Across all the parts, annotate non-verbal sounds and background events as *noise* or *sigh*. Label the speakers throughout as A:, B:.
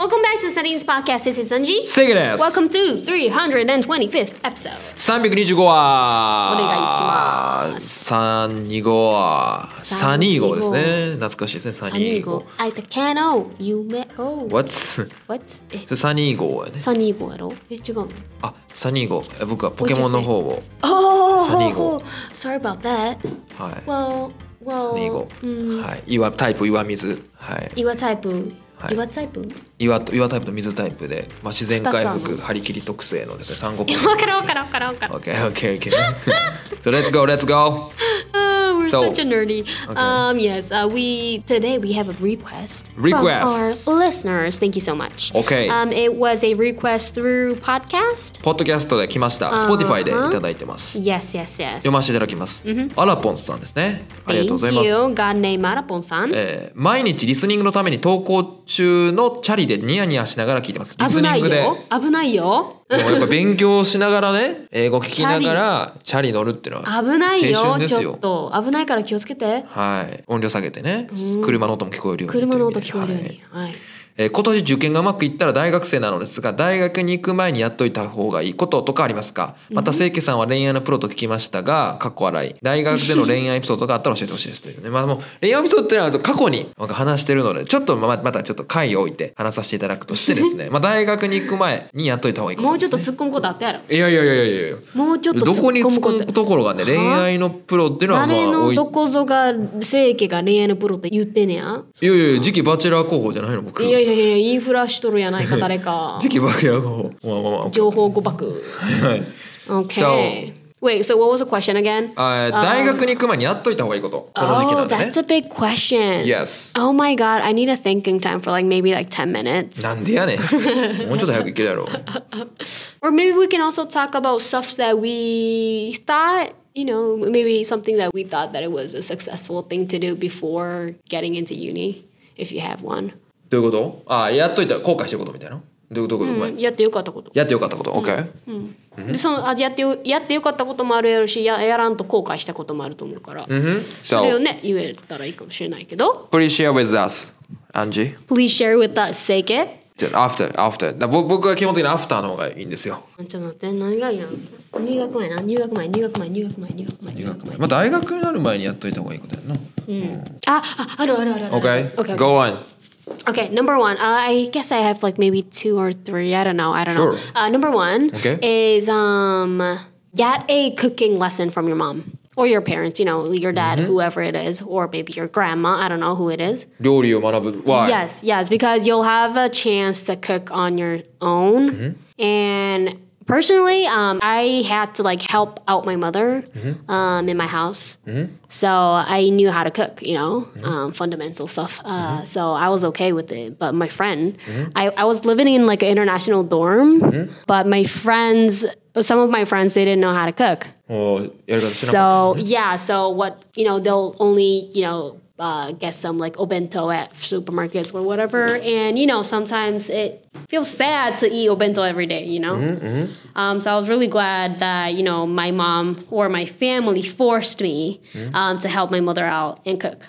A: Welcome back to Sarin's podcast. This is Sanji.
B: セグです
A: Welcome to 325th episode.
B: 325話
A: お願いします
B: 325話325号ですね懐かしいですね
A: サニー
B: 325
A: 号
B: 号。
A: あいたキャノー、夢を。
B: What? そ
A: oh, What? え、
B: れ325号やね
A: サニー号やろえ、違うの
B: あ325号え僕はポケモンの方を
A: Oh!
B: サニー号
A: Sorry about that.
B: はい
A: Well,
B: 325
A: well,
B: 号、
A: うん
B: はい岩タイプ岩水はい
A: 岩タイプ
B: は。い
A: 岩タイ *laughs* プ
B: 岩と岩タイプと水タイプで、まあ、自然
A: 二
B: 回
A: つあんの
B: 復張り切り特性のですね3 5
A: いやわからんわからんわからんわからん。
B: OK OK OK *laughs* so let's go let's go
A: Oh, we're
B: So-
A: such a nerdy. Um, yes, uh, we today we have a request.
B: Request.
A: from our listeners. Thank you so much.
B: Okay.
A: Um, it was a request through podcast.
B: ポッドキャストで来ました。Spotify でいただいてます。
A: Yes, yes, yes.
B: 読ませていただきます。アラポンさんですね。ありがとうござい
A: Thank
B: ます。
A: you. God name Arapon-san.
B: えー毎日リスニングのために投稿中のチャリでニヤニヤしながら聞いてます。リス
A: 危な
B: ニン
A: い
B: グで。
A: よ。危ないよ。
B: もうやっぱ勉強しながら
A: *laughs*
B: ね、英語聞きながらチャリ乗るっていうのは
A: 危ない
B: 青
A: よ
B: 春。で
A: ち
B: す
A: ょっ
B: よ。
A: と危ないから気をつけて。
B: はい、音量下げてね、車の音も聞こえるようにという意味で。
A: 車の音聞こえるよう
B: は
A: に。
B: い
A: はい。
B: えー今年受験がうまくいったら大学生なのですが大学に行く前にやっといた方がいいこととかありますかまた清家さんは恋愛のプロと聞きましたが過去笑い大学での恋愛エピソードがあったら教えてほしいですという
A: *laughs*
B: ねまあもう恋愛エピソードっていうのは過去になんか話してるのでちょっとまあまたちょっと回を置いて話させていただくとしてで
A: *laughs*
B: すねまあ大学に行く前にやっといた方がいいこと
A: も *laughs* うちょ
B: で
A: っ
B: す
A: と突っ込
B: ね
A: むことあったやろ。
B: いやいやいやいやいや
A: もうちょっと突
B: ど
A: っ
B: こに
A: 込む
B: 突っ
A: こ
B: 込む
A: と。
B: ところがね恋愛のプロっていうのはまあ
A: 誰
B: 置
A: の
B: い
A: どこぞが清家が恋愛のプロって言ってんねや。
B: いやいやいや次期バチェラー候補じゃないの僕
A: いやいやいや、インフラしとるやないか、誰
B: *laughs*
A: か。
B: 次期バチェラー候補まあまあ
A: *laughs*
B: まあ
A: 情報誤
B: *laughs*
A: 爆。
B: はい。
A: Okay. Wait, so what was the question again?
B: あー大学に行く前にやっといた方がいいこと。この時期な
A: Oh,
B: んでね
A: that's。a big question.
B: Yes.
A: Oh my god, I need a thinking time for like maybe like 10 minutes.
B: なんで
A: *laughs*
B: やねん。もうちょっと早く行けるやろ。
A: Or maybe we can also talk about stuff that we thought, you know, maybe something that we thought that it was a successful thing to do before getting into uni, if you have one.
B: どういうことあーやっといた後悔してることみたいな。どういうことどういうこと、
A: やってよかったこと。
B: やってよかったこと。OK?、
A: でそのあやってよやってよかったこともあるやろしや、やらんと後悔したこともあると思うから、それを
B: So,
A: ね、言えたらいいかもしれないけど。
B: please share with us, Angie.
A: Please share with us, s a k it.
B: After, after. だぼ僕は基本的に after の方がいいんですよ。
A: ちょっと待って、何がいいな入学前な、入学前、入学前、入学前、入学前、入学前。
B: まあ、大学になる前にやっといた方がいいことやな。
A: あ、あ、あるあるあるある。
B: OK?Go、
A: Okay, okay.
B: on.
A: Okay, number one. Uh, I guess I have like maybe two or three. I don't know. I don't know.
B: Sure.
A: Uh, number one
B: Okay.
A: is um, get a cooking lesson from your mom or your parents, you know, your dad,
B: Mm-hmm.
A: whoever it is, or maybe your grandma. I don't know who it is.
B: 料理を学ぶ。Why?
A: Yes, yes, because you'll have a chance to cook on your own. And personally, um, I had to like help out my mother um, in my house. So I knew how to cook, you know, um, fundamental stuff. Uh, So I was okay with it. But my friend, I, I was living in like an international dorm, but my friends, some of my friends, they didn't know how to cook.
B: おーやり方しなかっ
A: So yeah, so what you know, they'll only you know uh, get some like obento at supermarkets or whatever, and you know sometimes it feels sad to eat obento every day, you know. Um, so I was really glad that you know my mom or my family forced me um, to help my mother out and cook.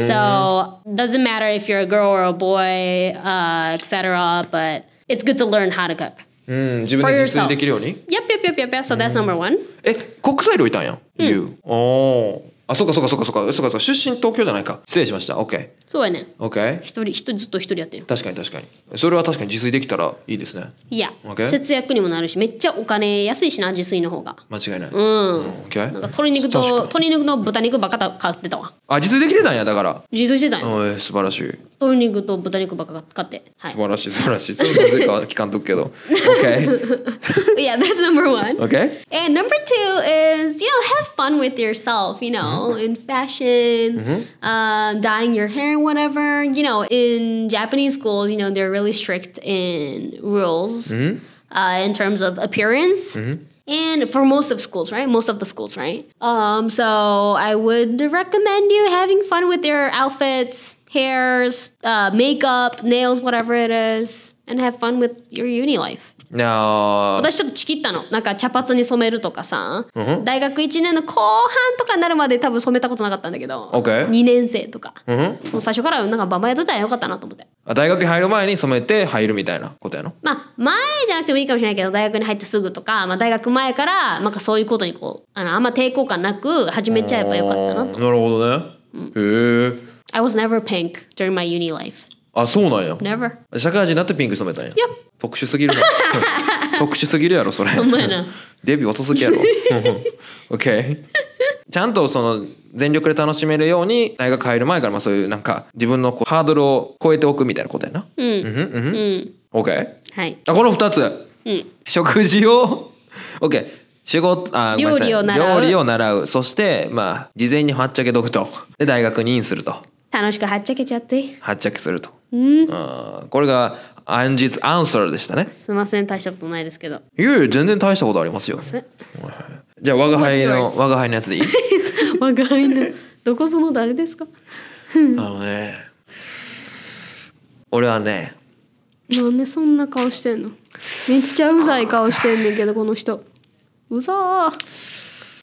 A: So doesn't matter if you're a girl or a boy, uh, etc. But it's good to learn how to cook.
B: た。うん、自分で自炊できるよう
A: Yep,
B: に。
A: yep, yep, yep. yep. So that's number one.
B: え国際料いたんや、うん、You おおあそうかそうかそうかそうかそうかそうか出身東京じゃないか失礼しました OKOK、
A: So I know.
B: 確
A: 一人一人ずっと一人やってる
B: かに確かにそれは確かに自炊できたらいいですね
A: いや、
B: Okay.
A: 節約にもなるしめっちゃお金安いしな自炊の方が
B: 間違いない、
A: う
B: うん、
A: ん
B: OK
A: なんか鶏肉と
B: 確かに
A: 鶏肉の豚肉ばっかた買ってたわ
B: あ自炊できてたんやだから
A: 自炊してたんよ、
B: おい素晴らしい
A: 鶏肉と豚肉ばっか買っては
B: 素晴らしい素晴らしいそれなぜか聞かんとくけど OKOK、
A: *laughs* *laughs* い yeah that's number one
B: Okay?
A: And number two is, you know, have fun with yourself, you know, in fashion, um, dyeing your hair, whatever. You know, in Japanese schools, you know, they're really strict in rules uh, in terms of appearance. And for most of schools, right? Most of the schools, right? Um, so I would recommend you having fun with your outfits, hairs, uh, makeup, nails, whatever it is, and have fun with your uni life.
B: なあ
A: 私ちょっとチキったのなんか茶髪に染めるとかさ、大学1年の後半とかになるまで多分染めたことなかったんだけど、
B: Okay.
A: 2年生とか、
B: ん
A: もう最初からなんかバンバンやっといたらよかったなと思って
B: あ大学に入る前に染めて入るみたいなことやの
A: まあ、前じゃなくてもいいかもしれないけど、大学に入ってすぐとか、まあ、大学前から、なんかそういうことにこう、あの、あんま抵抗感なく始めちゃえばよかったなと。
B: あーなるほどね、へえ
A: I was never pink during my uni life.
B: あそうなんや
A: Never.
B: 社会人になってピンク染めたんや
A: Yep.
B: 特殊すぎる
A: *laughs*
B: な特殊すぎるやろそれ
A: んまや *laughs* な
B: デビュー遅す
A: *laughs*
B: ぎやろ OK ちゃんとその全力で楽しめるように大学入る前からまあそういうなんか自分のこうハードルを超えておくみたいなことやな
A: うん。うん。
B: OK
A: はい。
B: あこの2つ
A: うん。
B: 食事を OK 仕事あごめんなさい
A: 料理を習う
B: 料理を習うそしてまあ事前にはっちゃけとくとで大学にインすると
A: 楽しくはっちゃけちゃって。
B: はっちゃけすると、
A: うん。
B: あーこれがアンジーズアンサーでしたね
A: すいません、大したことないですけど。 *laughs*
B: いやいや全然大したことありますよ
A: せん
B: じゃあ我が輩の
A: What's yours？
B: 我が輩のやつ *laughs* でいい
A: わかんない。どこその誰ですか
B: あのね俺はね
A: なんでそんな顔してんのめっちゃうざい顔してんねんけどこの人うざー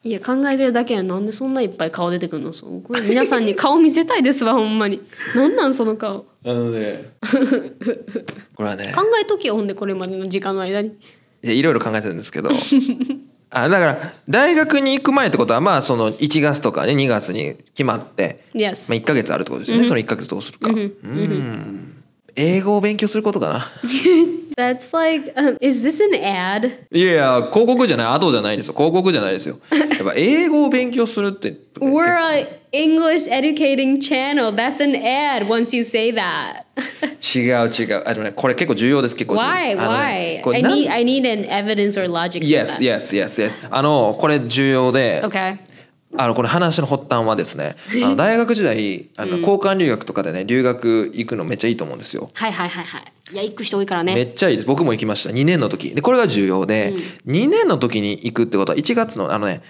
A: いや考えてるだけやのなんでそんないっぱい顔出てくるのそうこれ皆さんに顔見せたいですわほんまになんなんその顔
B: あのね *laughs* これはね
A: 考えときよほんでこれまでの時間の間に
B: いやいろいろ考えてるんですけど *laughs* あだから大学に行く前ってことはまあその1月とかね2月に決まって、まあ、
A: Yes
B: 1か月あるってことですよね、その1か月どうするか、うん英語を勉強することかな
A: That's like、um, Is this an ad?
B: いやいや広告じゃないアドじゃないですよ広告じゃないです *laughs* よやっぱ英語を勉強するって
A: We're a English educating channel That's an ad once you say that *laughs*
B: 違う違うあのねこれ結構重要です結構重要
A: Why?
B: ですあのね
A: Why?
B: これ
A: I
B: なん
A: need, I need an evidence or logic for
B: Yes,
A: that.
B: yes, yes, yes. あのこれ重要で、
A: Okay
B: あのこの話の発端はですね、あ
A: *laughs*
B: の大学時代あの交換留学とかでね留学行くのめっちゃいいと思うんですよ。
A: はいはいはいはいいや行く人多いからね
B: めっちゃいいです僕も行きました2年の時でこれが重要で、2年の時に行くってことは1月のあのね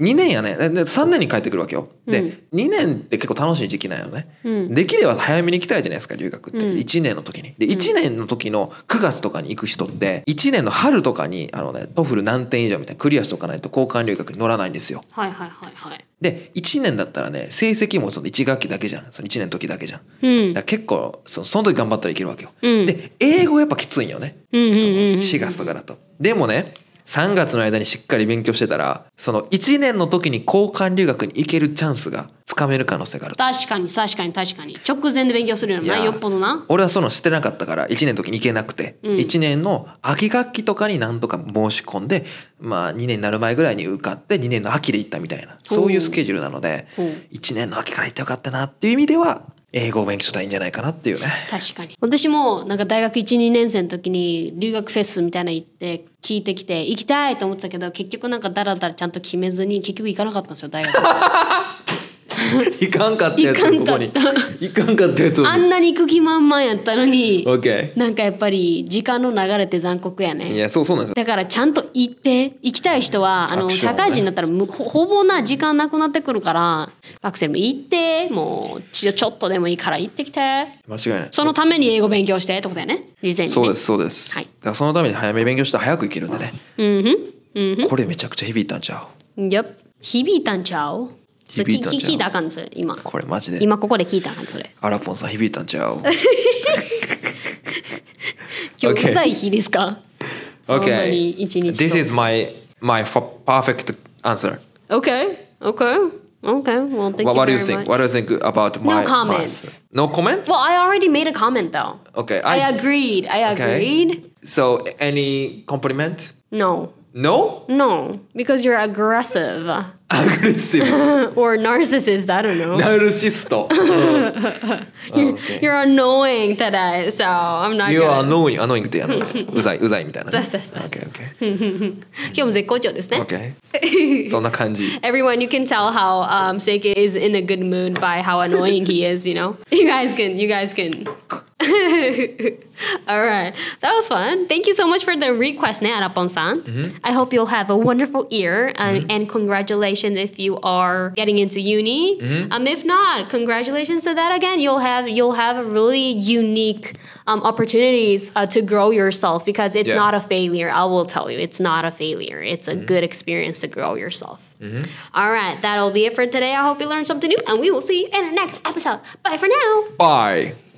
B: 2年やねでで3年に帰ってくるわけよで、2年って結構楽しい時期なんよね、できれば早めに行きたいじゃないですか留学って、1年の時にで1年の時の9月とかに行く人って1年の春とかにあのねトフル何点以上みたいなクリアしとかないと交換留学に乗らないんですよ
A: はいはいはいはい
B: で1年だったらね成績もその1学期だけじゃんその1年の時だけじゃん
A: うん
B: だから結構そのその時頑張ったらいけるわけよ、
A: うん
B: で英語やっぱきついんよね、
A: うんうんうんうん
B: その4月とかだとでもね3月の間にしっかり勉強してたらその1年の時に交換留学に行けるチャンスがつかめる可能性があると
A: 確かに確かに確かに直前で勉強するよりも
B: い
A: な
B: や
A: よっぽどな
B: 俺はそのしてなかったから1年の時に行けなくて、
A: うん
B: 1年の秋学期とかになんとか申し込んで、まあ、2年になる前ぐらいに受かって2年の秋で行ったみたいなそういうスケジュールなので
A: おう
B: 1年の秋から行ってよかったなっていう意味では英語を勉強したらいいんじゃないかなっていうね。
A: 確かに私もなんか大学12年生の時に留学フェスみたいなの行って聞いてきて行きたいと思ってたけど結局なんかダラダラちゃんと決めずに結局行かなかったんですよ *laughs* 大学
B: いかんかったやつここに
A: いかんかっ
B: いかんかったやつ
A: あんなに行く気満々やったのに
B: OK
A: なんかやっぱり時間の流れって残酷や
B: い
A: ね
B: やそうそうなんですよ
A: だからちゃんと行って行きたい人はあ
B: ア
A: の
B: クション
A: 社
B: を
A: 会
B: ね
A: 人になったらむほほぼな時間なくなってくるからアクセルも行ってもうちょちょっとでもいいから行ってきて
B: 間違いない
A: そのために英語勉強してってことだよね事前にね
B: そうですそうです、
A: はい
B: だからそのために早めに勉強して早く行けるんでね
A: うんふん
B: これめちゃくちゃ響いたんちゃう
A: うんやっ響いたんちゃうそれ
B: 響いたんちゃう
A: 聞聞いたらあかんそれ今
B: これマジで
A: 今ここで聞いたらあかんそれ
B: アラポンさん響いたんち
A: *laughs*
B: ゃう
A: 今日
B: Okay
A: うざい日ですかほんまに
B: OK
A: 一日
B: This is my my fa- perfect answer
A: Okay Okay Okay well thank you
B: What, what do
A: very
B: you
A: much
B: think? What do you think about my
A: No comments.
B: my- No comment?
A: Well I already made a comment though
B: Okay
A: I
B: I
A: agreed I
B: Okay.
A: agreed
B: So any compliment?
A: No
B: No? *laughs*
A: No, because you're aggressive *clears throat*
B: Aggressive
A: or narcissist. I don't
B: *laughs*
A: know.
B: Narcissist
A: *laughs* You're, you're annoying today, so I'm not.
B: You are
A: gonna...
B: annoying annoying ってやるのねうざいうざいみたいなね
A: そうそうそうそ
B: OK OK
A: *laughs* 今日も絶好調ですね。
B: OK
A: *laughs*
B: そんな感じ
A: Everyone, you can tell how um, Seike is in a good mood by how annoying he is. You know, *laughs* you guys can, you guys can. *laughs* All right, that was fun. Thank you so much for the request, ne Arapon-san. I hope you'll have a wonderful year, and, and congratulations if you are getting into uni. Um, if not, congratulations to that again. You'll have you'll have a really unique um, opportunities uh, to grow yourself because it's
B: Yeah.
A: not a failure. I will tell you, it's not a failure. It's a good experience to grow yourself. All right, that'll be it for today. I hope you learned something new, and we will see you in the next episode. Bye for now.
B: Bye